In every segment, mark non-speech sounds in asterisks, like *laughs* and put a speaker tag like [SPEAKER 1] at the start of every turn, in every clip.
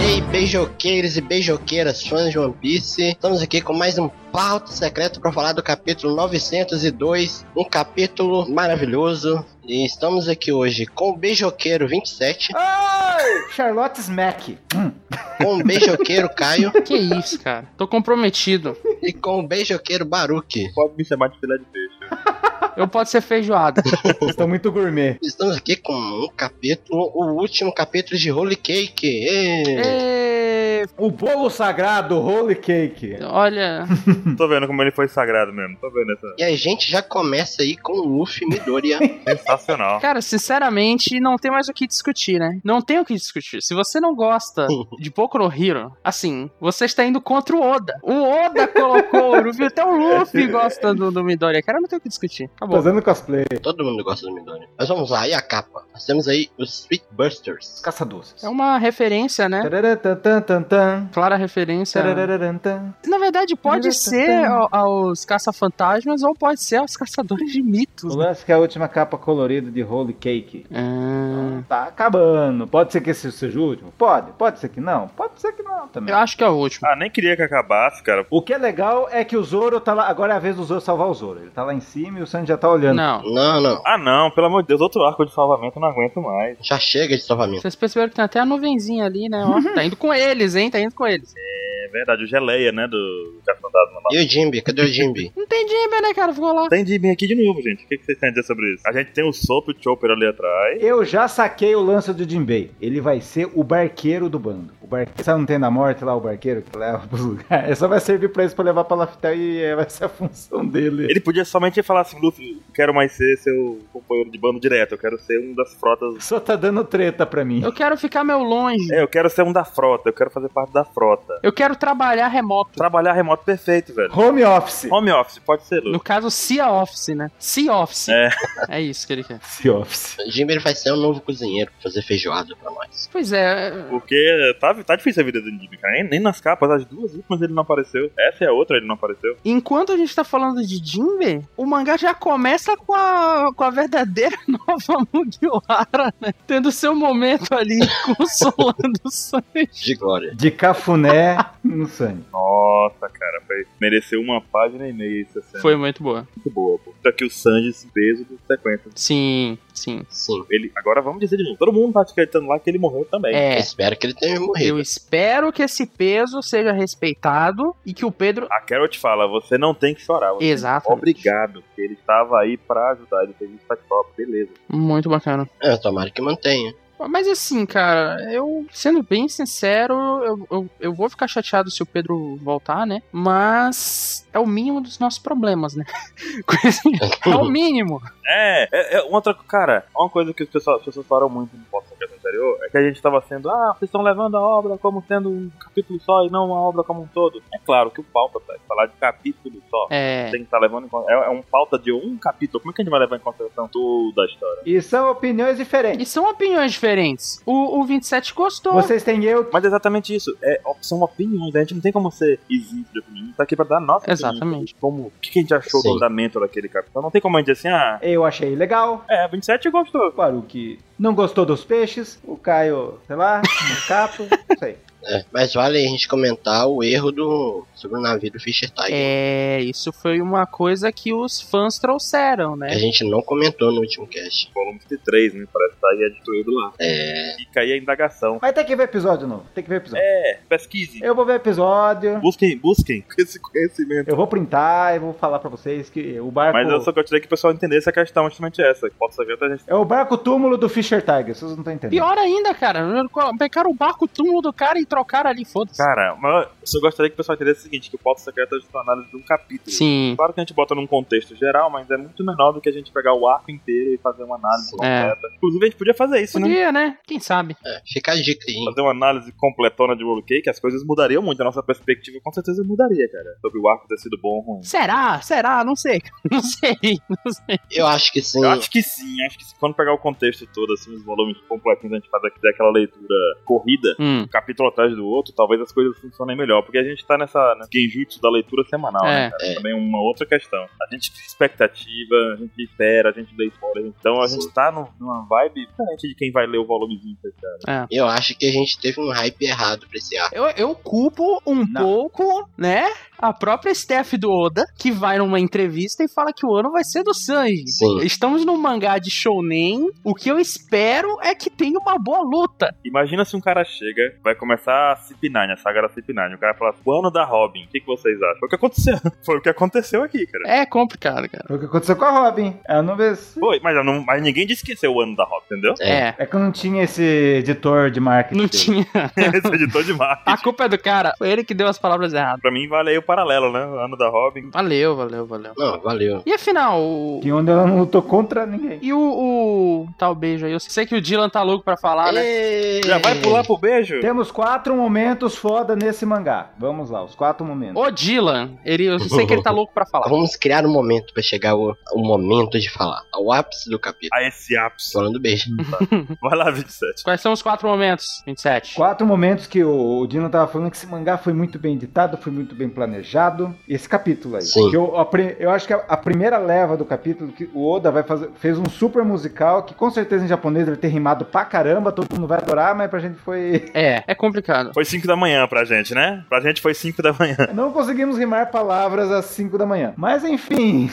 [SPEAKER 1] Ei, beijoqueiros e beijoqueiras, fãs de One Piece, estamos aqui com mais um pauta secreto para falar do capítulo 902, um capítulo maravilhoso. E estamos aqui hoje com o beijoqueiro 27,
[SPEAKER 2] Charlotte Smack. Hum.
[SPEAKER 1] com o beijoqueiro
[SPEAKER 3] *laughs*
[SPEAKER 1] Caio
[SPEAKER 3] Que isso, cara? Tô comprometido.
[SPEAKER 1] e com o beijoqueiro Baruque.
[SPEAKER 4] Pode me chamar de filé de peixe.
[SPEAKER 3] Eu posso ser feijoada.
[SPEAKER 2] Vocês estão muito gourmet.
[SPEAKER 1] Estamos aqui com um capítulo, o último capítulo de Holy Cake. Ê!
[SPEAKER 3] Ê,
[SPEAKER 2] O bolo sagrado, Holy Cake.
[SPEAKER 3] É, Olha,
[SPEAKER 4] *laughs* Tô vendo como ele foi sagrado mesmo. Tô vendo essa.
[SPEAKER 1] E a gente já começa aí com o Luffy Midoriya.
[SPEAKER 4] Sensacional.
[SPEAKER 3] cara, sinceramente, não tem mais o que discutir, né? Não tem o que discutir. Se você não gosta de Boku no Hero, assim, você está indo contra o Oda. O Oda colocou o Luffy, até o Luffy gosta do, do Midoriya. Cara, não tem o que discutir. Acabou.
[SPEAKER 2] Fazendo cosplay.
[SPEAKER 1] Todo mundo gosta do Midoriya. Mas vamos lá, e a capa? Nós temos aí os Sweet Busters.
[SPEAKER 2] Caça-doces.
[SPEAKER 3] É uma referência, né?
[SPEAKER 2] Tarararantantantan,
[SPEAKER 3] Clara referência.
[SPEAKER 2] tarararantan.
[SPEAKER 3] Na verdade, pode ser ao- aos caça-fantasmas ou pode ser aos caçadores de
[SPEAKER 2] O
[SPEAKER 3] mitos. né?
[SPEAKER 2] lance que é a última capa colorida de Holy Cake.
[SPEAKER 3] Ah.
[SPEAKER 2] Tá acabando. Pode ser que esse seja o último? Pode. Pode ser que não? Pode ser que não também.
[SPEAKER 3] Eu acho que é o último.
[SPEAKER 4] Ah, nem queria que acabasse, cara.
[SPEAKER 2] O que é legal é que o Zoro tá lá. Agora é a vez do Zoro salvar o Zoro. Ele tá lá em cima e o Sanji já tá olhando.
[SPEAKER 3] Não.
[SPEAKER 1] Não, não.
[SPEAKER 4] Ah, não, pelo amor de Deus, outro arco de salvamento eu não aguento mais.
[SPEAKER 1] Já chega de salvamento.
[SPEAKER 3] Vocês perceberam que tem até a nuvenzinha ali, né? Ó, tá indo com eles, hein? Tá indo com eles.
[SPEAKER 4] É verdade, o geleia, né? Do Cafantasma lá.
[SPEAKER 1] E o Jimby? Cadê o Jimby?
[SPEAKER 3] Não tem Jimmy, né, cara? Ficou lá.
[SPEAKER 4] Tem de mim aqui de novo, gente. O que que vocês têm a dizer sobre isso? A gente tem o Soap e o Chopper ali atrás.
[SPEAKER 2] Eu já saquei o lance do Jinbei. Ele vai ser o barqueiro do bando. O barqueiro, sabe, não tem na morte lá o barqueiro que leva pros lugares? *laughs* Só vai servir pra isso pra levar pra Laftel e é, vai ser a função dele.
[SPEAKER 4] Ele podia somente falar assim, Luffy, quero mais ser seu companheiro de bando direto, eu quero ser um das frotas.
[SPEAKER 2] Só tá dando treta pra mim.
[SPEAKER 3] Eu quero ficar meu longe.
[SPEAKER 4] É, eu quero ser um da frota, eu quero fazer parte da frota.
[SPEAKER 3] Eu quero trabalhar remoto.
[SPEAKER 4] Trabalhar remoto perfeito, velho.
[SPEAKER 2] Home office.
[SPEAKER 4] Home office, pode ser, Luffy.
[SPEAKER 3] No caso, Sea Office, né? Sea Office.
[SPEAKER 4] É.
[SPEAKER 3] É isso que ele quer.
[SPEAKER 2] Home office.
[SPEAKER 1] O Jimby ele vai ser um novo cozinheiro pra fazer feijoada pra nós.
[SPEAKER 3] Pois é.
[SPEAKER 4] Porque tá, tá difícil a vida do Nibi, cara. Nem, nem nas capas, as duas últimas ele não apareceu. Essa é a outra, ele não apareceu.
[SPEAKER 3] Enquanto a gente tá falando de Jinbe, o mangá já começa com a, com a verdadeira *laughs* nova Mugiwara, né? Tendo seu momento ali *laughs* consolando o sangue.
[SPEAKER 1] De glória.
[SPEAKER 2] De cafuné no sangue.
[SPEAKER 4] Nossa, cara, foi, mereceu uma página e meia isso assim.
[SPEAKER 3] Foi muito boa.
[SPEAKER 4] muito boa, pô. Só que o Sanji se peso de sequência.
[SPEAKER 3] Sim, sim.
[SPEAKER 1] Sim.
[SPEAKER 4] Ele, agora vamos dizer de novo. Todo mundo tá acreditando lá que ele morreu também.
[SPEAKER 3] É.
[SPEAKER 1] Eu espero que ele tenha morrido.
[SPEAKER 3] Eu espero que esse peso seja respeitado e que o Pedro.
[SPEAKER 4] A Carol te fala, você não tem que chorar. Você
[SPEAKER 3] Exato.
[SPEAKER 4] Obrigado, porque ele estava aí pra ajudar, ele fez isso pra top, beleza.
[SPEAKER 3] Muito bacana.
[SPEAKER 1] É, tomara que mantenha.
[SPEAKER 3] Mas assim, cara, eu, sendo bem sincero, eu, eu, eu vou ficar chateado se o Pedro voltar, né? Mas é o mínimo dos nossos problemas, né? *laughs* é
[SPEAKER 1] Uhum.
[SPEAKER 3] o mínimo.
[SPEAKER 4] É, é, é uma outra. Cara, uma coisa que as pessoas, as pessoas falaram muito no podcast anterior é que a gente tava sendo, ah, vocês estão levando a obra como sendo um capítulo só e não uma obra como um todo. É claro que o pauta, pra falar de capítulo só.
[SPEAKER 3] É.
[SPEAKER 4] Tem que estar levando em conta. É, é um pauta de um capítulo. Como é que a gente vai levar em consideração toda a história?
[SPEAKER 2] E são opiniões diferentes.
[SPEAKER 3] E são opiniões diferentes. O, o 27 gostou.
[SPEAKER 2] Vocês têm eu.
[SPEAKER 4] Mas é exatamente isso. É, op- são opiniões. A gente não tem como ser isento de opinião. A gente tá aqui pra dar a nossa opinião.
[SPEAKER 3] Exatamente.
[SPEAKER 4] Como, o que que a gente achou
[SPEAKER 1] Sim.
[SPEAKER 4] do andamento daquele capítulo. Não tem como a gente dizer assim, ah,
[SPEAKER 2] Eu achei legal.
[SPEAKER 4] é, 27 gostou.
[SPEAKER 2] O Baruque não gostou dos peixes. O Caio, sei lá, no capo. Isso aí.
[SPEAKER 1] *laughs* É, mas vale a gente comentar o erro do sobre o navio do Fisher Tiger.
[SPEAKER 3] É, isso foi uma coisa que os fãs trouxeram,
[SPEAKER 1] que A
[SPEAKER 3] né?
[SPEAKER 1] gente não comentou no último cast.
[SPEAKER 4] Volume 3, né? Parece que tá aí é destruído lá.
[SPEAKER 1] É.
[SPEAKER 4] Fica aí a indagação.
[SPEAKER 2] Mas tem que ver episódio novo. Tem que ver episódio.
[SPEAKER 4] É, pesquise.
[SPEAKER 2] Eu vou ver episódio.
[SPEAKER 4] Busquem, busquem *laughs* esse conhecimento.
[SPEAKER 2] Eu vou printar e vou falar pra vocês que o barco.
[SPEAKER 4] Mas eu só gostaria que o pessoal entendesse a questão justamente essa. Que pode saber a gente.
[SPEAKER 2] É o barco túmulo do Fisher Tiger, vocês não estão entendendo.
[SPEAKER 3] Pior ainda, cara. Pegaram o barco túmulo do cara e trocaram ali, foda-se.
[SPEAKER 4] Cara, mas eu só gostaria que o pessoal entendesse o seguinte: que o pauta secreto é justo uma análise de um capítulo.
[SPEAKER 3] Sim.
[SPEAKER 4] Claro que a gente bota num contexto geral, mas é muito menor do que a gente pegar o arco inteiro e fazer uma análise
[SPEAKER 1] Sim.
[SPEAKER 4] completa. Inclusive, a gente podia fazer isso, né?
[SPEAKER 3] Podia, né? Quem sabe?
[SPEAKER 1] é, fica a dica aí. hein?
[SPEAKER 4] Fazer uma análise completona de World Cake, as coisas mudariam muito. A nossa perspectiva com certeza mudaria, cara. Sobre o arco ter sido bom ou ruim.
[SPEAKER 3] Será? Será? *laughs* Não sei. Não sei. Não sei.
[SPEAKER 1] Eu acho que sim.
[SPEAKER 4] Eu acho que sim, acho que sim. Quando pegar o contexto todo, se os volumes completinhos a gente faz aqui daquela leitura corrida, um
[SPEAKER 3] Hum.
[SPEAKER 4] capítulo atrás do outro, talvez as coisas funcionem melhor. Porque a gente tá nessa né, genjutsu da leitura semanal,
[SPEAKER 3] É.
[SPEAKER 4] né, cara?
[SPEAKER 1] É.
[SPEAKER 4] Também uma outra questão. A gente cria expectativa, a gente espera, a gente dá spoiler. Então a
[SPEAKER 1] Sim.
[SPEAKER 4] gente tá num- numa vibe diferente de quem vai ler o volumezinho fechado.
[SPEAKER 1] Eu acho que a gente teve um hype errado pra esse arco.
[SPEAKER 3] Eu, eu culpo um
[SPEAKER 2] Não.
[SPEAKER 3] pouco, né? A própria Steph do Oda, que vai numa entrevista e fala que o ano vai ser do Sanji.
[SPEAKER 1] Sim.
[SPEAKER 3] Estamos num mangá de shounen. O que eu espero é que tenha uma boa luta.
[SPEAKER 4] Imagina se um cara chega, vai começar a Cipinine, a saga da Cipinine. O cara fala, o ano da Robin, o que, que vocês acham? Foi o que aconteceu. *laughs* Foi o que aconteceu aqui, cara.
[SPEAKER 3] É complicado, cara.
[SPEAKER 2] Foi o que aconteceu com a Robin. Ela não vê.
[SPEAKER 4] Foi, mas, eu não, mas ninguém disse que ia ser o ano da Robin, entendeu?
[SPEAKER 1] É.
[SPEAKER 3] É.
[SPEAKER 2] É que eu não tinha esse editor de marketing.
[SPEAKER 3] Não tinha.
[SPEAKER 4] *laughs* Esse editor de marketing.
[SPEAKER 3] A culpa é do cara. Foi ele que deu as palavras erradas.
[SPEAKER 4] Pra mim, vale aí o paralelo, né? O ano da Robin.
[SPEAKER 3] Valeu, valeu, valeu.
[SPEAKER 1] Não, valeu.
[SPEAKER 3] E afinal, o.
[SPEAKER 2] Que onde ela não lutou contra ninguém.
[SPEAKER 3] E o, tá o tal beijo aí? Eu sei que o Dylan tá louco pra falar, né?
[SPEAKER 1] Êêê!
[SPEAKER 4] Já vai pular pro beijo?
[SPEAKER 2] Temos quatro momentos foda nesse mangá. Vamos lá, os quatro momentos.
[SPEAKER 3] Ô, Dylan, ele, eu sei que ele tá louco pra falar.
[SPEAKER 1] Vamos criar um momento pra chegar o, o momento de falar. O ápice do capítulo.
[SPEAKER 4] A esse ápice.
[SPEAKER 1] Falando beijo.
[SPEAKER 4] Vai lá, 27.
[SPEAKER 3] Quais são os quatro momentos? 27.
[SPEAKER 2] Quatro momentos que o o Dino tava falando que esse mangá foi muito bem editado, foi muito bem planejado. Esse capítulo aí.
[SPEAKER 1] Sim.
[SPEAKER 2] Que eu, a pri- eu acho que a, a primeira leva do capítulo, que o Oda vai fazer, fez um super musical, que com certeza em japonês deve ter rimado pra caramba, todo mundo vai adorar, mas pra gente foi. *laughs*
[SPEAKER 3] É, é complicado.
[SPEAKER 4] Foi 5 da manhã pra gente, né? Pra gente foi 5 da manhã.
[SPEAKER 2] Não conseguimos rimar palavras às 5 da manhã. Mas enfim,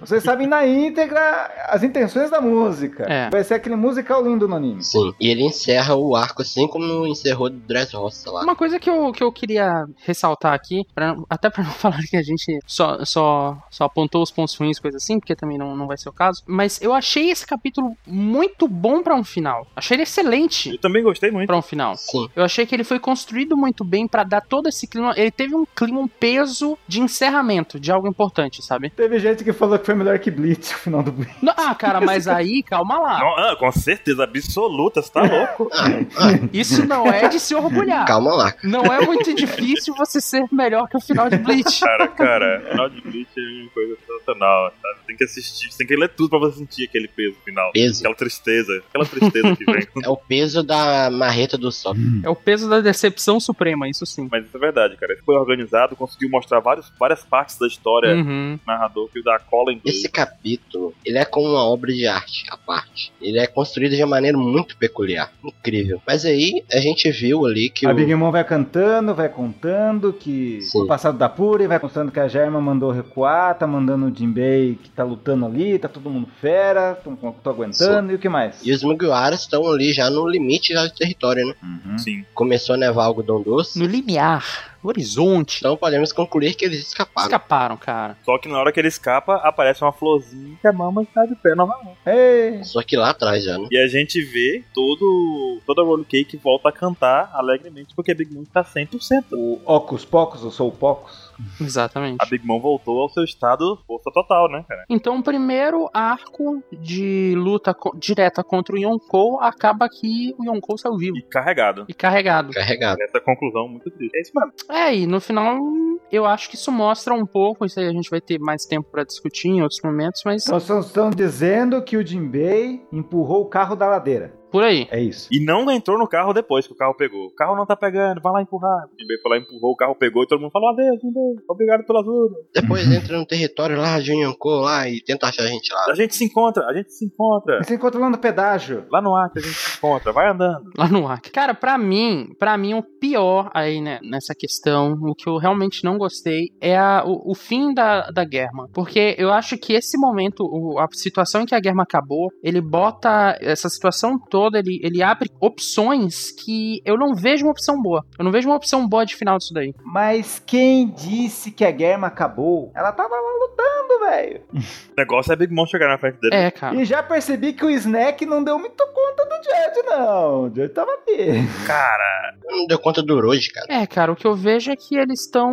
[SPEAKER 2] vocês sabem na íntegra as intenções da música.
[SPEAKER 3] É.
[SPEAKER 2] Vai ser aquele musical lindo no anime.
[SPEAKER 1] Sim. E ele encerra o arco assim como encerrou do Dressrosa lá.
[SPEAKER 3] Uma coisa que eu, que eu queria ressaltar aqui, pra- até pra não *laughs* falar que a gente só, só, só apontou os pontos ruins, coisa assim, porque também não, não vai ser o caso, mas eu achei esse capítulo muito bom pra um final. Achei ele excelente
[SPEAKER 4] Eu também gostei muito.
[SPEAKER 3] pra um final.
[SPEAKER 1] Sim.
[SPEAKER 3] Eu achei que ele foi construído muito bem pra dar todo esse clima. Ele teve um clima, um peso de encerramento de algo importante, sabe?
[SPEAKER 2] Teve gente que falou que foi melhor que Bleach o final do
[SPEAKER 3] *laughs*
[SPEAKER 2] Bleach.
[SPEAKER 3] Não- ah, cara, mas aí, calma lá.
[SPEAKER 4] Não, ah, com certeza absoluta, você tá louco.
[SPEAKER 1] Ah, ah,
[SPEAKER 3] Isso não é de se orgulhar.
[SPEAKER 1] calma lá.
[SPEAKER 3] Não é muito difícil você ser melhor que o final de Bleach.
[SPEAKER 4] Cara, cara, final de Bleach é uma coisa sensacional, sabe? Tem que assistir, tem que ler tudo pra você sentir aquele peso final.
[SPEAKER 1] Peso.
[SPEAKER 4] Aquela tristeza, aquela tristeza
[SPEAKER 1] *laughs*
[SPEAKER 4] que vem.
[SPEAKER 1] É o peso da marreta do sol.
[SPEAKER 3] É o peso da decepção suprema, isso sim.
[SPEAKER 4] Mas isso é verdade, cara. Ele foi organizado, conseguiu mostrar vários, várias partes da história
[SPEAKER 3] Uhum.
[SPEAKER 4] do narrador que o da cola em
[SPEAKER 1] Hum. Esse capítulo, ele é como uma obra de arte à parte. Ele é construído de uma maneira muito peculiar. Incrível. Mas aí, a gente viu ali que
[SPEAKER 2] a
[SPEAKER 1] o...
[SPEAKER 2] Big Mom vai cantando, vai contando que
[SPEAKER 1] Sim.
[SPEAKER 2] o passado da Puri, vai contando que a Germa mandou recuar, tá mandando o Jinbei que tá lutando ali, tá todo mundo fera, tô, tô aguentando, e o que mais?
[SPEAKER 1] E os Mugiwaras estão ali já no limite já do território, né?
[SPEAKER 2] Uhum.
[SPEAKER 4] Sim.
[SPEAKER 1] Começou a nevar algodão doce.
[SPEAKER 3] No limiar, no horizonte.
[SPEAKER 1] Então podemos concluir que eles escaparam.
[SPEAKER 3] Escaparam, cara.
[SPEAKER 4] Só que na hora que ele escapa, aparece uma florzinha que a mama está de pé novamente.
[SPEAKER 2] Ei,
[SPEAKER 1] Só que lá atrás já, né?
[SPEAKER 4] E a gente vê todo, toda a Roll Cake volta a cantar alegremente porque a Big Mom tá está 100%.
[SPEAKER 2] o Ocus Pocus, eu sou o Pocus.
[SPEAKER 3] Exatamente.
[SPEAKER 4] A Big Mom voltou ao seu estado força total, né, cara?
[SPEAKER 3] Então, o primeiro arco de luta co- direta contra o Yonkou acaba que o Yonkou saiu vivo
[SPEAKER 4] E carregado.
[SPEAKER 3] e carregado.
[SPEAKER 1] Carregado.
[SPEAKER 4] Essa conclusão muito triste. É isso mesmo.
[SPEAKER 3] É, e no final, eu acho que isso mostra um pouco. Isso aí a gente vai ter mais tempo pra discutir em outros momentos, mas
[SPEAKER 2] Então estão, estão dizendo que o Jinbei empurrou o carro da ladeira.
[SPEAKER 3] por aí.
[SPEAKER 2] É isso.
[SPEAKER 4] E não entrou no carro depois que o carro pegou. O carro não tá pegando, vai lá empurrar. O Jinbei foi lá, empurrou, o carro pegou e todo mundo falou: Adeus, Jinbei, obrigado pela ajuda.
[SPEAKER 1] Depois entra no território lá de Unyanko lá e tenta achar a gente lá.
[SPEAKER 4] A gente se encontra, a gente se encontra.
[SPEAKER 2] E se encontra lá no pedágio.
[SPEAKER 4] Lá no Acre a gente se encontra, vai andando.
[SPEAKER 3] Lá no Acre. Cara, pra mim, pra mim, o pior aí né, nessa questão, o que eu realmente não gostei, é a- o, o fim da, da Germa. Porque eu acho que esse momento, o- a situação em que a Germa acabou, ele bota essa situação toda, ele, ele abre opções que eu não vejo uma opção boa. Eu não vejo uma opção boa de final disso daí.
[SPEAKER 2] Mas quem disse que a Germa acabou? Ela tava lá lutando, velho.
[SPEAKER 4] O negócio é a Big Mom chegar na frente dele.
[SPEAKER 3] É, cara.
[SPEAKER 2] E já percebi que o Snack não deu muito conta do Judge, não. O Judge tava ali.
[SPEAKER 4] Cara,
[SPEAKER 1] Não deu conta do Roji, cara.
[SPEAKER 3] É, cara, o que eu vejo é que eles estão.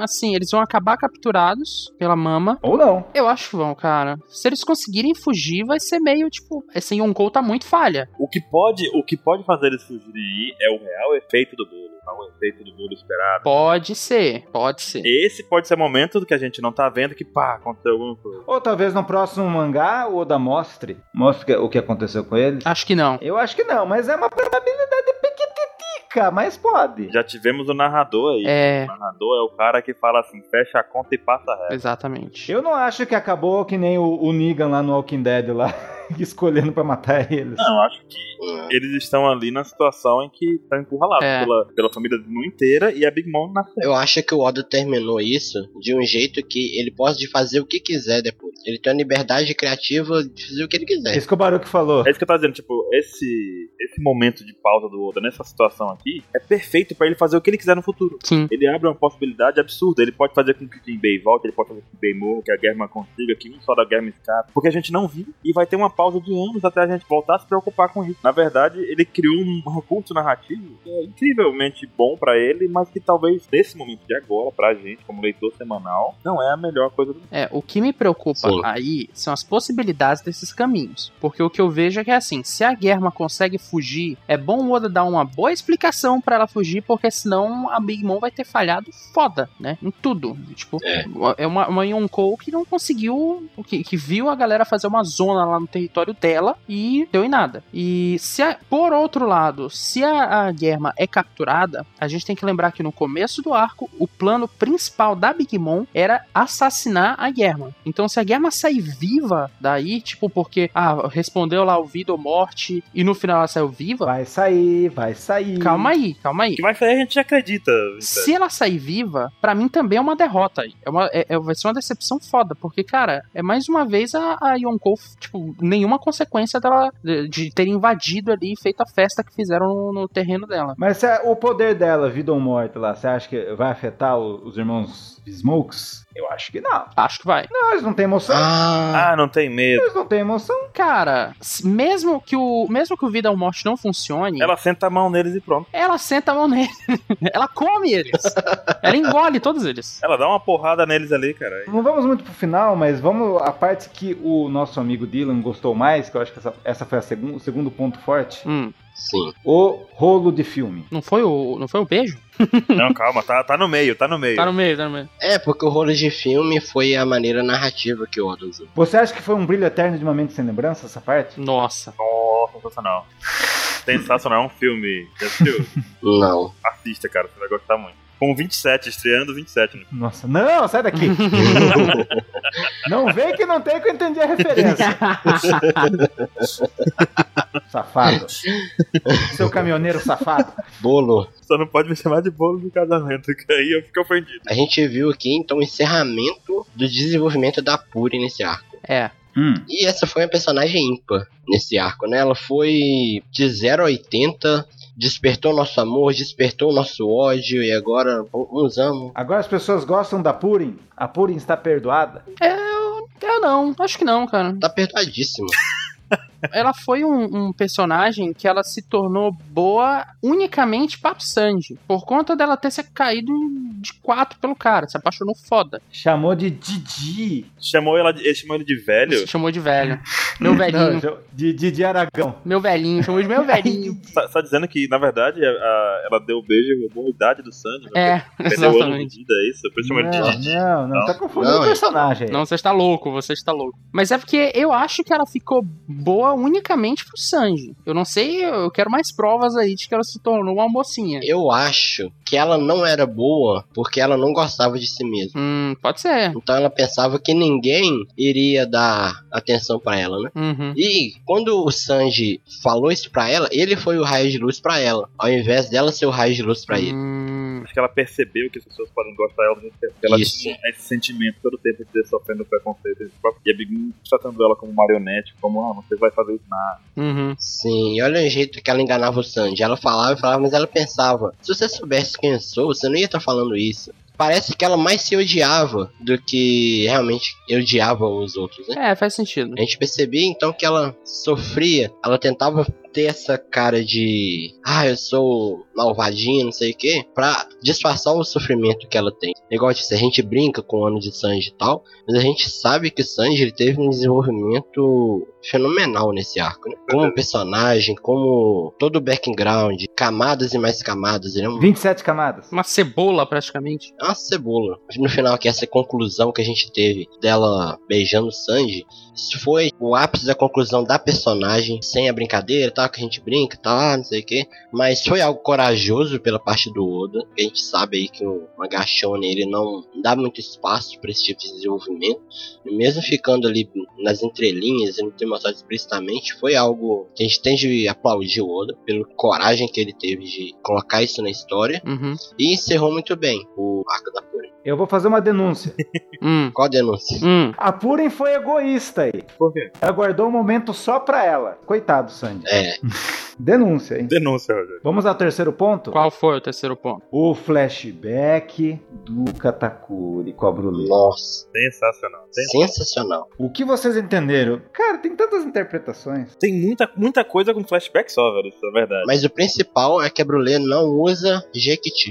[SPEAKER 3] Assim, eles vão acabar capturados pela mama.
[SPEAKER 2] Ou não.
[SPEAKER 3] Eu acho que vão, cara. Se eles conseguirem fugir, vai ser meio tipo. Esse Yonkou tá muito falha.
[SPEAKER 4] O que pode, o que pode fazer eles fugirem aí é o real efeito do bolo. Não um efeito do mundo esperado.
[SPEAKER 3] Pode ser, pode ser.
[SPEAKER 4] Esse pode ser momento que a gente não tá vendo que, pá, aconteceu alguma coisa.
[SPEAKER 2] Ou talvez no próximo mangá, o Oda mostre, mostre o que- o que aconteceu com ele.
[SPEAKER 3] Acho que não.
[SPEAKER 2] Eu acho que não, mas é uma probabilidade pequititica, mas pode.
[SPEAKER 4] Já tivemos o narrador aí.
[SPEAKER 3] É,
[SPEAKER 4] O narrador é o cara que fala assim, fecha a conta e passa reto.
[SPEAKER 3] exatamente.
[SPEAKER 2] Eu não acho que acabou que nem o, o Negan lá no Walking Dead lá, *laughs* escolhendo pra matar eles.
[SPEAKER 4] Não, acho que eles estão ali na situação em que estão encurralados
[SPEAKER 3] É.
[SPEAKER 4] pela, pela família Moon inteira e a Big Mom na frente.
[SPEAKER 1] Eu acho que o Oda terminou isso de um jeito que ele pode fazer o que quiser depois. Ele tem a liberdade criativa de fazer o que ele quiser.
[SPEAKER 2] Isso que o Baruch falou.
[SPEAKER 4] É isso que eu tava dizendo, tipo, esse, esse momento de pausa do Oda nessa situação aqui é perfeito pra ele fazer o que ele quiser no futuro.
[SPEAKER 3] Sim.
[SPEAKER 4] Ele abre uma possibilidade absurda. Ele pode fazer com que o Jinbei volte, ele pode fazer com que o Jinbei morra, que a Germa consiga, que um só da Germa escape. Porque a gente não viu. E vai ter uma pausa de anos até a gente voltar a se preocupar com isso. Na verdade, ele criou um recurso narrativo que é incrivelmente bom pra ele, mas que talvez nesse momento de agora, pra gente, como leitor semanal, não é a melhor coisa do mundo.
[SPEAKER 3] É, o que me preocupa
[SPEAKER 1] Sim.
[SPEAKER 3] aí são as possibilidades desses caminhos. Porque o que eu vejo é que assim, se a Germa consegue fugir, é bom o Oda dar uma boa explicação pra ela fugir, porque senão a Big Mom vai ter falhado foda, né? Em tudo. Tipo,
[SPEAKER 1] É.
[SPEAKER 3] é uma, uma Yonkou que não conseguiu, que, que viu a galera fazer uma zona lá no território dela e deu em nada. E se a- por outro lado, se a, a Germa é capturada, a gente tem que lembrar que no começo do arco, o plano principal da Big Mom era assassinar a Germa. Então se a Germa sair viva daí, tipo, porque ah, respondeu lá o vida ou morte e no final ela saiu viva,
[SPEAKER 2] Vai sair, vai sair.
[SPEAKER 3] calma aí, calma aí.
[SPEAKER 4] O que vai sair a gente já acredita. Vitor.
[SPEAKER 3] Se ela sair viva, pra mim também é uma derrota. aí. É uma, é- é- vai ser uma decepção foda, porque, cara, é mais uma vez a, a Yonkou, tipo, nenhuma consequência dela de, de ter invadido ali e feito a festa que fizeram no, no terreno dela.
[SPEAKER 2] Mas se a- o poder dela, vida ou morte lá, você acha que vai afetar o- os irmãos Smokes? Eu acho que não.
[SPEAKER 3] Acho que vai.
[SPEAKER 2] Não, eles não têm emoção.
[SPEAKER 1] Ah,
[SPEAKER 4] Ah, não tem medo.
[SPEAKER 2] Eles não têm emoção.
[SPEAKER 3] Cara, s- mesmo que o mesmo que o vida ou morte não funcione, ela,
[SPEAKER 4] Ela senta a mão neles e pronto.
[SPEAKER 3] senta a mão nele. *laughs* ela come eles. ela engole todos eles.
[SPEAKER 4] Ela dá uma porrada neles
[SPEAKER 3] *laughs*
[SPEAKER 4] ali, cara.
[SPEAKER 2] Não vamos muito pro final, mas vamos a parte que o nosso amigo Dylan gostou mais, que eu acho que essa, essa foi a segun, o segundo ponto forte.
[SPEAKER 3] Hum,
[SPEAKER 1] sim.
[SPEAKER 2] O rolo de filme.
[SPEAKER 3] não foi o não foi o beijo?
[SPEAKER 4] Não, calma, tá, tá no meio, tá no meio.
[SPEAKER 3] Tá no meio, tá no meio.
[SPEAKER 1] É, porque o rolo de filme foi a maneira narrativa que o Oda usou.
[SPEAKER 2] Você acha que foi um brilho eterno de uma mente sem lembrança, essa parte?
[SPEAKER 3] Nossa.
[SPEAKER 4] Nossa, sensacional. Sensacional, é um filme. Já assistiu?
[SPEAKER 1] Não.
[SPEAKER 4] Assista, cara, você vai gostar muito. Com 27, estreando 27. né?
[SPEAKER 2] Nossa, não, sai daqui! não vem que não tem que eu entendi a referência. Safado. Seu caminhoneiro safado.
[SPEAKER 1] Bolo.
[SPEAKER 4] Só não pode me chamar de bolo de casamento, *laughs* que aí eu fico ofendido.
[SPEAKER 1] A gente viu aqui então o encerramento do desenvolvimento da Puri nesse arco.
[SPEAKER 3] *laughs* É.
[SPEAKER 2] Hum.
[SPEAKER 1] E essa foi uma personagem ímpar nesse arco, né? Ela foi de 0 a 80, despertou nosso amor, despertou nosso ódio e agora nos amamos.
[SPEAKER 2] Agora as pessoas gostam da Purim. A Purim está perdoada.
[SPEAKER 3] Eu não, acho que não, cara.
[SPEAKER 1] Tá apertadíssimo.
[SPEAKER 3] ela foi um, um personagem que ela se tornou boa unicamente pra Sanji. Por conta dela ter se caído de quatro pelo cara. Se apaixonou foda.
[SPEAKER 2] Chamou de Didi.
[SPEAKER 4] Chamou ela de, ele chamou ele de velho.
[SPEAKER 3] Se chamou de velho.
[SPEAKER 1] *laughs*
[SPEAKER 3] Meu velhinho.
[SPEAKER 2] Não, de Didi Aragão.
[SPEAKER 3] Meu velhinho. Chamou de meu velhinho.
[SPEAKER 4] Tá, tá dizendo que, na verdade, a- a- ela deu o beijo e roubou a idade do Sandy. né?
[SPEAKER 3] É,
[SPEAKER 4] Perdeu o ano de
[SPEAKER 3] exatamente.
[SPEAKER 4] vida, é isso? Por isso chama ele de
[SPEAKER 2] Não,
[SPEAKER 4] Didi.
[SPEAKER 2] não, não, tá confundindo
[SPEAKER 1] Não,
[SPEAKER 2] o
[SPEAKER 1] é-
[SPEAKER 2] personagem.
[SPEAKER 3] Não, você está louco, você está louco. Mas é porque eu acho que ela ficou boa unicamente pro Sanji. Eu não sei, eu quero mais provas aí de que ela se tornou uma mocinha.
[SPEAKER 1] Eu acho que ela não era boa porque ela não gostava de si mesma.
[SPEAKER 3] Hum, pode ser.
[SPEAKER 1] Então ela pensava que ninguém iria dar atenção pra ela, né?
[SPEAKER 3] Uhum.
[SPEAKER 1] E quando o Sanji falou isso pra ela, ele foi o raio de luz pra ela, ao invés dela ser o raio de luz pra ele.
[SPEAKER 3] Hum,
[SPEAKER 4] Acho que ela percebeu que as pessoas podem gostar dela do jeito que ela- ela
[SPEAKER 1] Isso.
[SPEAKER 4] tinha esse sentimento todo tempo de ter sofrendo preconceito. E a Big Mom tratando ela como marionete, como, ah, você vai fazer isso na
[SPEAKER 3] uhum.
[SPEAKER 1] Sim, e olha o jeito que ela enganava o Sanji. Ela falava e falava, mas ela pensava: se você soubesse quem eu sou, você não ia estar falando isso. Parece que ela mais se odiava do que realmente odiava os outros, né?
[SPEAKER 3] É, faz sentido.
[SPEAKER 1] A gente percebia então que ela sofria, ela tentava ter essa cara de ah, eu sou malvadinha, não sei o que, pra disfarçar o sofrimento que ela tem. É Igual eu disse, a gente brinca com o ano de Sanji e tal, mas a gente sabe que Sanji ele teve um desenvolvimento fenomenal nesse arco, né? Como personagem, como todo o background, camadas e mais camadas, ele é um-
[SPEAKER 2] 27 camadas.
[SPEAKER 3] Uma cebola, praticamente.
[SPEAKER 1] é uma cebola. No final, que essa conclusão que a gente teve dela beijando o Sanji, isso foi o ápice da conclusão da personagem, sem a brincadeira e tal, que a gente brinca e tal, não sei o que. Mas foi algo corajoso pela parte do Oda, que a gente sabe aí que o Magashone, ele não dá muito espaço pra esse tipo de desenvolvimento. E mesmo ficando ali nas entrelinhas e não ter mostrado explicitamente, foi algo que a gente tem de aplaudir o Oda, pela coragem que ele teve de colocar isso na história.
[SPEAKER 3] Uhum.
[SPEAKER 1] E encerrou muito bem o arco da Purim.
[SPEAKER 2] Eu vou fazer uma denúncia.
[SPEAKER 3] Hum.
[SPEAKER 1] Qual a denúncia?
[SPEAKER 3] Hum.
[SPEAKER 2] A Purim foi egoísta aí.
[SPEAKER 4] Por quê?
[SPEAKER 2] Ela guardou um momento só pra ela. Coitado, Sandy.
[SPEAKER 1] É,
[SPEAKER 2] Denúncia, hein?
[SPEAKER 4] Denúncia, Rogério.
[SPEAKER 2] Vamos ao terceiro ponto?
[SPEAKER 3] Qual foi o terceiro ponto?
[SPEAKER 2] O flashback do Katakuri com a Brulé.
[SPEAKER 1] nossa,
[SPEAKER 4] Sensacional. Sensacional.
[SPEAKER 1] sensacional.
[SPEAKER 2] O que vocês entenderam? Cara, tem tantas interpretações.
[SPEAKER 4] Tem muita, muita coisa com flashback só, velho. Isso é verdade.
[SPEAKER 1] Mas o principal é que a Brulé não usa Jequiti.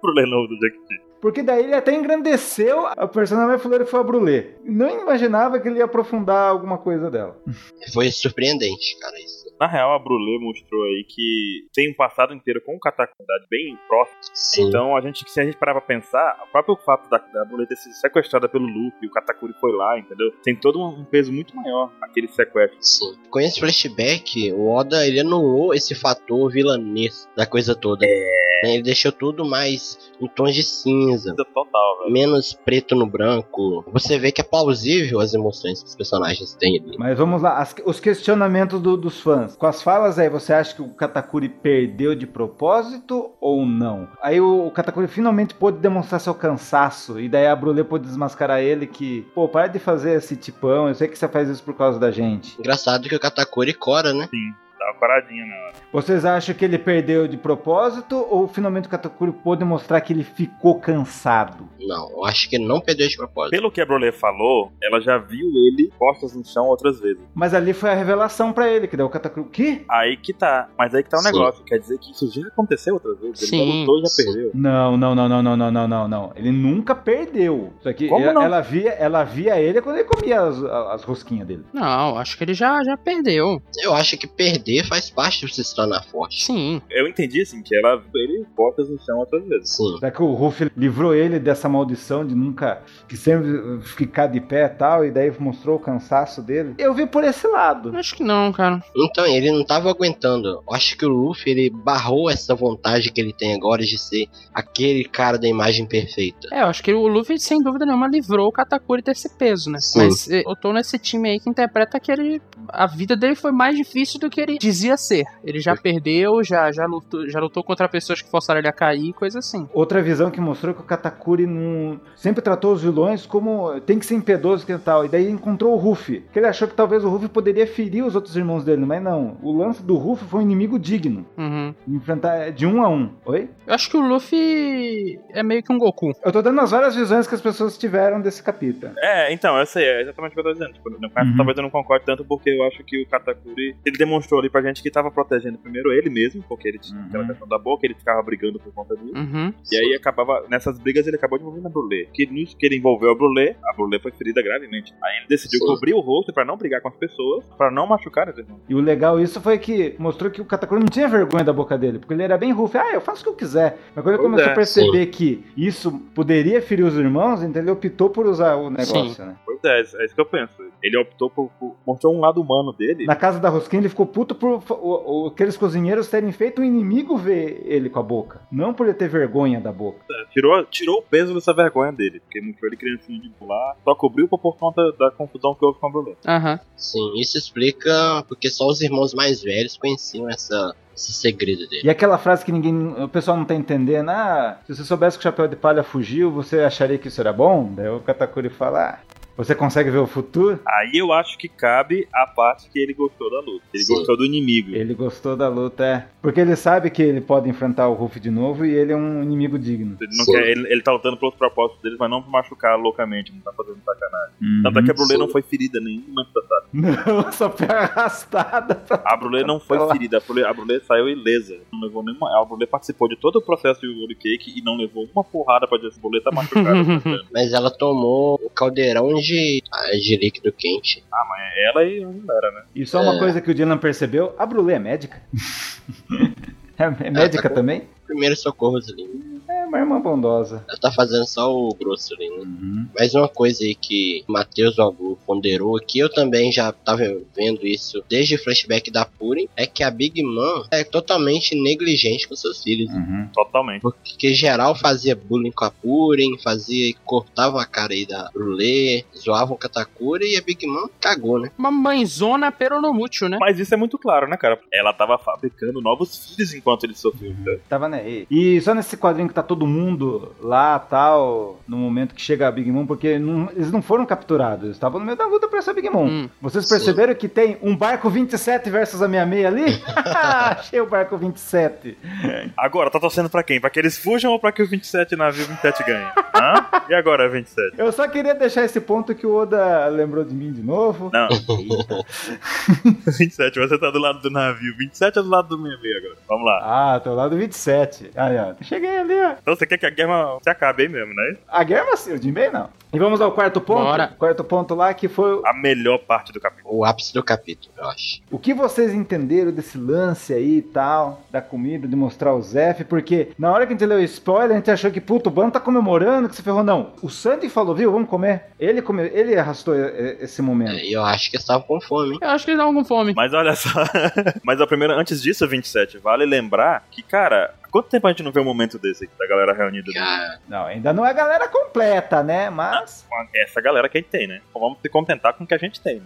[SPEAKER 4] pro Lenovo do Jack
[SPEAKER 2] Porque daí ele até engrandeceu a personagem Flor foi a Brulé. Não imaginava que ele ia aprofundar alguma coisa dela.
[SPEAKER 1] Foi surpreendente, cara, isso.
[SPEAKER 4] Na real, a Brulé mostrou aí que tem um passado inteiro com catacundade bem próximo.
[SPEAKER 1] Sim.
[SPEAKER 4] Então, a gente, se a gente parar pra pensar, o próprio fato da, da Brulé ter sido sequestrada pelo Luffy, o Katakuri foi lá, entendeu? Tem todo um um peso muito maior aquele sequestro.
[SPEAKER 1] Sim. Com esse flashback, o Oda ele anulou esse fator vilanês da coisa toda. Né, Ele deixou tudo mais em tons de cinza,
[SPEAKER 4] Coisa Total, velho.
[SPEAKER 1] menos preto no branco. Você vê que é plausível as emoções que os personagens têm ali.
[SPEAKER 2] Mas vamos lá, as- os questionamentos do- dos fãs. Com as falas aí, você acha que o Katakuri perdeu de propósito ou não? Aí o, o Katakuri finalmente pôde demonstrar seu cansaço, e daí a Brulé pôde desmascarar ele que, pô, para de fazer esse tipão, eu sei que você faz isso por causa da gente.
[SPEAKER 1] Engraçado que o Katakuri cora, né?
[SPEAKER 4] Tava paradinha, né?
[SPEAKER 2] Vocês acham que ele perdeu de propósito ou finalmente o Katakuri pôde mostrar que ele ficou cansado?
[SPEAKER 1] Não, eu acho que ele não perdeu de propósito.
[SPEAKER 4] Pelo que a Brulé falou, ela já viu ele costas no chão outras vezes.
[SPEAKER 2] Mas ali foi a revelação pra ele, que daí o Katakuri, o quê?
[SPEAKER 4] Aí que tá. Mas aí que tá o
[SPEAKER 1] Sim.
[SPEAKER 4] negócio. Quer dizer que isso já aconteceu outras vezes. Ele já
[SPEAKER 3] Sim.
[SPEAKER 4] lutou e já
[SPEAKER 1] Sim.
[SPEAKER 4] perdeu.
[SPEAKER 2] Não, não, não, não, não, não, não, não, não. Ele nunca perdeu. Só que
[SPEAKER 4] Como
[SPEAKER 2] ela,
[SPEAKER 4] não?
[SPEAKER 2] ela via, ela via ele quando ele comia as, as rosquinhas dele.
[SPEAKER 3] Não, acho que ele já, já perdeu.
[SPEAKER 1] Eu acho que perder faz parte de você se tornar forte.
[SPEAKER 3] Sim.
[SPEAKER 4] Eu entendi, assim, que ela viu ele costas no chão outras vezes.
[SPEAKER 1] Sim.
[SPEAKER 2] Só que o Ruff livrou ele dessa maldição de nunca que sempre ficar de pé e tal, e daí mostrou o cansaço dele. Eu vi por esse lado.
[SPEAKER 3] Acho que não, cara.
[SPEAKER 1] Então, ele não tava aguentando. Eu acho que o Luffy, ele barrou essa vontade que ele tem agora de ser aquele cara da imagem perfeita.
[SPEAKER 3] É, eu acho que o Luffy, sem dúvida nenhuma, livrou o Katakuri desse peso, né?
[SPEAKER 1] Sim.
[SPEAKER 3] Mas eh, eu tô nesse time aí que interpreta que ele. A vida dele foi mais difícil do que ele dizia ser. Ele já perdeu, já, já, lutou, já lutou contra pessoas que forçaram ele a cair, coisa assim.
[SPEAKER 2] Outra visão que mostrou é que o Katakuri não... sempre tratou os vilões como tem que ser impiedoso que tal. E daí encontrou o Ruff, que ele achou que talvez o Ruff poderia ferir os outros irmãos dele, mas não. O lance do Ruff foi um inimigo digno,
[SPEAKER 3] Uhum.
[SPEAKER 2] enfrentar de um a um. Oi?
[SPEAKER 3] Eu acho que o Luffy é meio que um Goku.
[SPEAKER 2] Eu tô dando as várias visões que as pessoas tiveram desse capítulo.
[SPEAKER 4] É, então, eu sei, é exatamente o que eu tô dizendo. Tipo, no caso,
[SPEAKER 2] Uhum.
[SPEAKER 4] Talvez eu não concorde tanto porque eu acho que o Katakuri, ele demonstrou ali pra gente que tava protegendo primeiro ele mesmo, porque ele tinha
[SPEAKER 2] Uhum.
[SPEAKER 4] aquela questão da boca, ele ficava brigando por conta disso.
[SPEAKER 3] Uhum.
[SPEAKER 4] E aí acabava, nessas brigas ele acabou envolvendo a Brulé. Que nisso que ele envolveu a Brulé, a Brulé foi ferida gravemente. Aí ele decidiu
[SPEAKER 1] Sim.
[SPEAKER 4] cobrir o rosto pra não brigar com as pessoas, pra não machucar as irmãs.
[SPEAKER 2] E o legal isso foi que mostrou que o Katakuri não tinha vergonha da boca dele, porque ele era bem rufo. Ah, eu faço o que eu quiser. Mas quando ele
[SPEAKER 4] Pois
[SPEAKER 2] começou
[SPEAKER 4] é,
[SPEAKER 2] a perceber que isso poderia ferir os irmãos, então ele optou por usar o negócio, né?
[SPEAKER 4] Pois é, é isso que eu penso. Ele optou por, por mostrou um lado humano dele.
[SPEAKER 2] Na casa da Rosquinha ele ficou puto por fa- o- o- aqueles cozinheiros terem feito o inimigo ver ele com a boca. Não por ele ter vergonha da boca.
[SPEAKER 4] Tirou, tirou o peso dessa vergonha dele, porque mostrou ele criancinha de pular, só cobriu por- por conta da confusão que houve com a Brulé.
[SPEAKER 3] Aham.
[SPEAKER 1] Sim, isso explica porque só os irmãos mais velhos conheciam essa, esse segredo dele.
[SPEAKER 2] E aquela frase que ninguém. O pessoal não tá entendendo. Ah, se você soubesse que o Chapéu de Palha fugiu, você acharia que isso era bom? Daí o Katakuri fala. "Ah, Você consegue ver o futuro?
[SPEAKER 4] Aí eu acho que cabe a parte que ele gostou da luta. Ele
[SPEAKER 1] Sim.
[SPEAKER 4] gostou do inimigo.
[SPEAKER 2] Ele gostou da luta, é. Porque ele sabe que ele pode enfrentar o Ruff de novo e ele é um inimigo digno.
[SPEAKER 4] Ele, não
[SPEAKER 1] Sim.
[SPEAKER 4] quer, ele, ele tá lutando pelos propósitos dele, mas não pra machucar loucamente, não tá fazendo sacanagem. Tanto é que a Brulé
[SPEAKER 1] Sim.
[SPEAKER 4] não foi ferida nenhuma.
[SPEAKER 2] *laughs* Não, Então, só foi arrastada. pra-
[SPEAKER 4] A Brulé não foi
[SPEAKER 2] Ela-
[SPEAKER 4] ferida, a Brulé, a Brulé saiu ilesa. Não levou nenhuma. A Brulé participou de todo o processo de Yuri Cake e não levou uma porrada pra dizer que a Brulé tá machucada.
[SPEAKER 1] Mas ela tomou o caldeirão de, ah, de líquido quente.
[SPEAKER 4] Ela e a galera, né?
[SPEAKER 2] E só uma
[SPEAKER 1] É.
[SPEAKER 2] coisa que o Dylan percebeu, a Brulé é médica. é, é médica também?
[SPEAKER 1] Primeiro socorros ali.
[SPEAKER 2] É uma irmã bondosa.
[SPEAKER 1] Ela tá fazendo só o grosso ali, né? Mais uma coisa aí que o Matheus Albu ponderou, que eu também já tava vendo isso desde o flashback da Purim, é que a Big Mom é totalmente negligente com seus filhos.
[SPEAKER 2] Uhum.
[SPEAKER 4] Totalmente.
[SPEAKER 1] Porque geral fazia bullying com a Purim, fazia, cortava a cara aí da Brulé, zoavam o Katakura e a Big Mom cagou, né?
[SPEAKER 3] Uma mãezona peronomútil, né?
[SPEAKER 4] Mas isso é muito claro, né, cara? Ela tava fabricando novos filhos enquanto ele sofreu. cara.
[SPEAKER 2] Tava na E. E só nesse quadrinho que tá todo mundo lá, tal, no momento que chega a Big Mom, porque não- eles não foram capturados, eles estavam no meio da luta pra essa Big Mom.
[SPEAKER 3] Hum.
[SPEAKER 2] Vocês perceberam que tem um barco 27 versus a 66 ali? *laughs* Achei o barco 27.
[SPEAKER 4] Agora, tá torcendo pra quem? Pra que eles fujam ou pra que o 27 navio 27 ganhe? Hã? E agora, 27?
[SPEAKER 2] Eu só queria deixar esse ponto que o Oda lembrou de mim de novo.
[SPEAKER 4] Não. *laughs* 27, você tá do lado do navio. 27 é do lado do navio agora. Vamos lá.
[SPEAKER 2] Ah, tô lá do 27. Aí, ó. Ah, é, Cheguei ali, ó.
[SPEAKER 4] Então você quer que a guerra se acabe aí mesmo, né?
[SPEAKER 2] A guerra sim, o Jinbei não. E vamos ao quarto ponto?
[SPEAKER 3] Bora.
[SPEAKER 2] Quarto ponto lá que foi o-
[SPEAKER 4] A melhor parte do capítulo.
[SPEAKER 1] O ápice do capítulo, eu acho.
[SPEAKER 2] o que vocês entenderam desse lance aí e tal, da comida, de mostrar o Zef, porque na hora que a gente leu o spoiler, a gente achou que, puto, o bando tá comemorando, que se ferrou. Não, o Sandy falou, viu, vamos comer. Ele comeu, ele arrastou eh, esse momento.
[SPEAKER 1] É, E eu acho que estava com fome. hein?
[SPEAKER 3] Eu acho que eles estavam com fome.
[SPEAKER 4] Mas olha só. *laughs* Mas a primeira, antes disso, 27, vale lembrar que, cara, há quanto tempo a gente não vê um momento desse aqui da galera reunida?
[SPEAKER 1] Cara,
[SPEAKER 2] Não, ainda não é a galera completa, né, mas...
[SPEAKER 4] Com essa galera que a gente tem, né? Então vamos se contentar com o que a gente tem, né?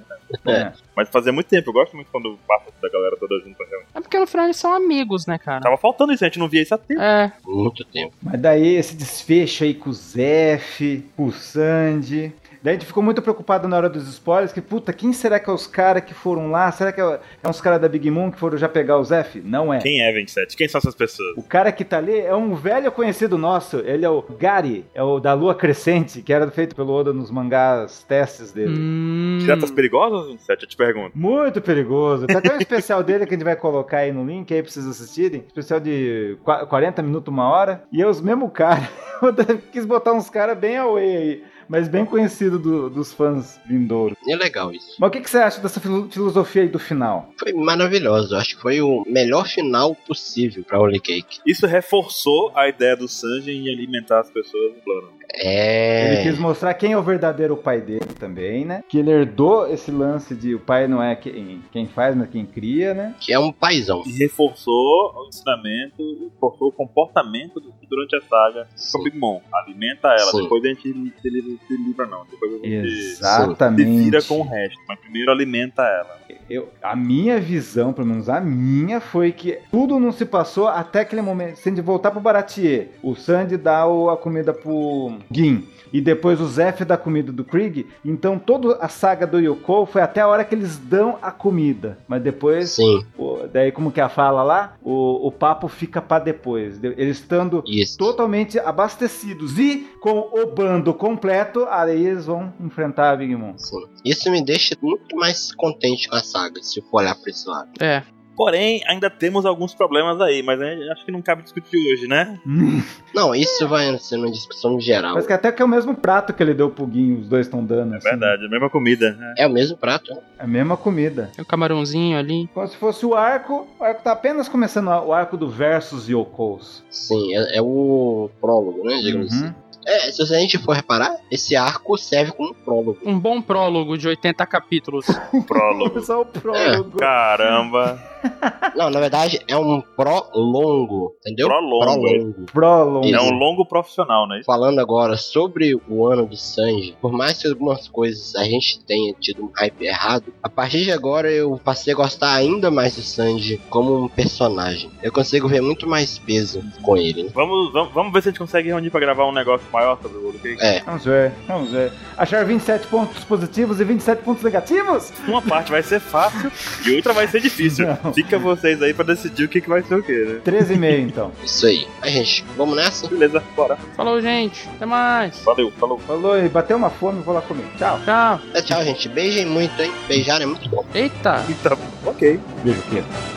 [SPEAKER 2] É.
[SPEAKER 4] Mas fazia muito tempo, eu gosto muito quando passa da galera toda junto pra reunir.
[SPEAKER 3] É porque no final eles são amigos, né, cara?
[SPEAKER 4] Tava faltando isso, a gente não via isso há tempo.
[SPEAKER 3] É.
[SPEAKER 1] muito tempo.
[SPEAKER 2] Mas daí esse desfecho aí com o Zef, com o Sandy. Daí a gente ficou muito preocupado na hora dos spoilers, que puta, quem será que é os caras que foram lá? Será que é, é uns caras da Big Moon que foram já pegar o Zef? Não é.
[SPEAKER 4] Quem é 27? Quem são essas pessoas?
[SPEAKER 2] O cara que tá ali é um velho conhecido nosso, ele é o Gary, é o da Lua Crescente, que era feito pelo Oda nos mangás testes dele.
[SPEAKER 3] Hum.
[SPEAKER 4] Piratas perigosas, 27? Eu te pergunto.
[SPEAKER 2] Muito perigoso. Tem até um especial dele que a gente vai colocar aí no link, aí pra vocês assistirem. Especial de qua- 40 minutos, uma hora. E é os mesmos caras. *laughs* Eu quis botar uns caras bem away aí, mas bem conhecido do- dos fãs vindouros.
[SPEAKER 1] E é legal isso.
[SPEAKER 2] Mas o que, que você acha dessa filo- filosofia aí do final?
[SPEAKER 1] Foi maravilhoso. Eu acho que foi o melhor final possível pra Holy Cake.
[SPEAKER 4] Isso reforçou a ideia do Sanji em alimentar as pessoas no plano.
[SPEAKER 2] Ele
[SPEAKER 1] É.
[SPEAKER 2] quis mostrar quem é o verdadeiro pai dele também, né? Que ele herdou esse lance de o pai não é quem, quem faz, mas quem cria, né?
[SPEAKER 1] Que é um paizão.
[SPEAKER 4] E reforçou o ensinamento, reforçou o comportamento do- durante a saga com Big Mom. Alimenta ela,
[SPEAKER 1] Sim.
[SPEAKER 4] depois a gente se livra, se livra não. Depois a gente se
[SPEAKER 2] Exatamente.
[SPEAKER 4] vira com o resto. Mas primeiro alimenta ela.
[SPEAKER 2] Eu- a minha visão, pelo menos a minha, foi que tudo não se passou até aquele momento. Sem de voltar pro Baratier, o Sandy dá o- a comida pro Gin e depois o Zef dá a comida do Krieg. Então toda a saga do Yoko foi até a hora que eles dão a comida. Mas depois,
[SPEAKER 1] Sim,
[SPEAKER 2] o- daí como que é a fala lá? O, o papo fica pra depois. De- Eles estando
[SPEAKER 1] isso.
[SPEAKER 2] totalmente abastecidos e com o bando completo, aí eles vão enfrentar a Big Mom.
[SPEAKER 1] Sim. Isso me deixa muito mais contente com a saga, se eu for olhar pra esse lado.
[SPEAKER 3] É.
[SPEAKER 4] Porém, ainda temos alguns problemas aí, mas né, acho que não cabe discutir hoje, né?
[SPEAKER 1] Não, isso vai ser uma discussão geral.
[SPEAKER 2] Parece que até que é o mesmo prato que ele deu pro Guinho, os dois estão dando.
[SPEAKER 4] É
[SPEAKER 2] assim.
[SPEAKER 4] verdade, a mesma comida. né?
[SPEAKER 1] É o mesmo prato. né?
[SPEAKER 2] É a mesma comida.
[SPEAKER 3] Tem um camarãozinho ali.
[SPEAKER 2] Como se fosse o arco. O arco tá apenas começando o arco do versus Yokos.
[SPEAKER 1] Sim, é, é o prólogo, né? Digamos assim.
[SPEAKER 2] Uhum.
[SPEAKER 1] É, se a gente for reparar, esse arco serve como prólogo.
[SPEAKER 3] Um bom prólogo de 80 capítulos.
[SPEAKER 4] Prólogo.
[SPEAKER 2] Só o prólogo.
[SPEAKER 4] Caramba.
[SPEAKER 1] Não, na verdade é um prolongo, entendeu?
[SPEAKER 4] Prolongo,
[SPEAKER 2] Prolon.
[SPEAKER 1] Isso.
[SPEAKER 4] É um longo profissional, né?
[SPEAKER 1] Falando agora sobre o ano do Sanji, por mais que algumas coisas a gente tenha tido um hype errado, a partir de agora eu passei a gostar ainda mais do Sanji como um personagem. Eu consigo ver muito mais peso com ele. né?
[SPEAKER 4] Vamos, vamos, vamos ver se a gente consegue reunir pra gravar um negócio maior sobre o Ouro Cake.
[SPEAKER 2] Vamos ver, vamos ver. Achar 27 pontos positivos e 27 pontos negativos?
[SPEAKER 4] Uma parte vai ser fácil e outra vai ser difícil.
[SPEAKER 2] Não.
[SPEAKER 4] Fica vocês aí pra decidir o que, que vai ser o que, né?
[SPEAKER 2] 13,5 então.
[SPEAKER 1] Isso aí. Mas, gente, vamos nessa?
[SPEAKER 4] Beleza, bora.
[SPEAKER 3] Falou, gente. Até mais.
[SPEAKER 4] Valeu, falou.
[SPEAKER 2] Falou e bateu uma fome, vou lá comer. Tchau.
[SPEAKER 3] Tchau.
[SPEAKER 1] Tchau, gente. Beijem muito, hein? Beijar é muito bom.
[SPEAKER 3] Eita.
[SPEAKER 4] Então, ok.
[SPEAKER 2] Beijo, querido.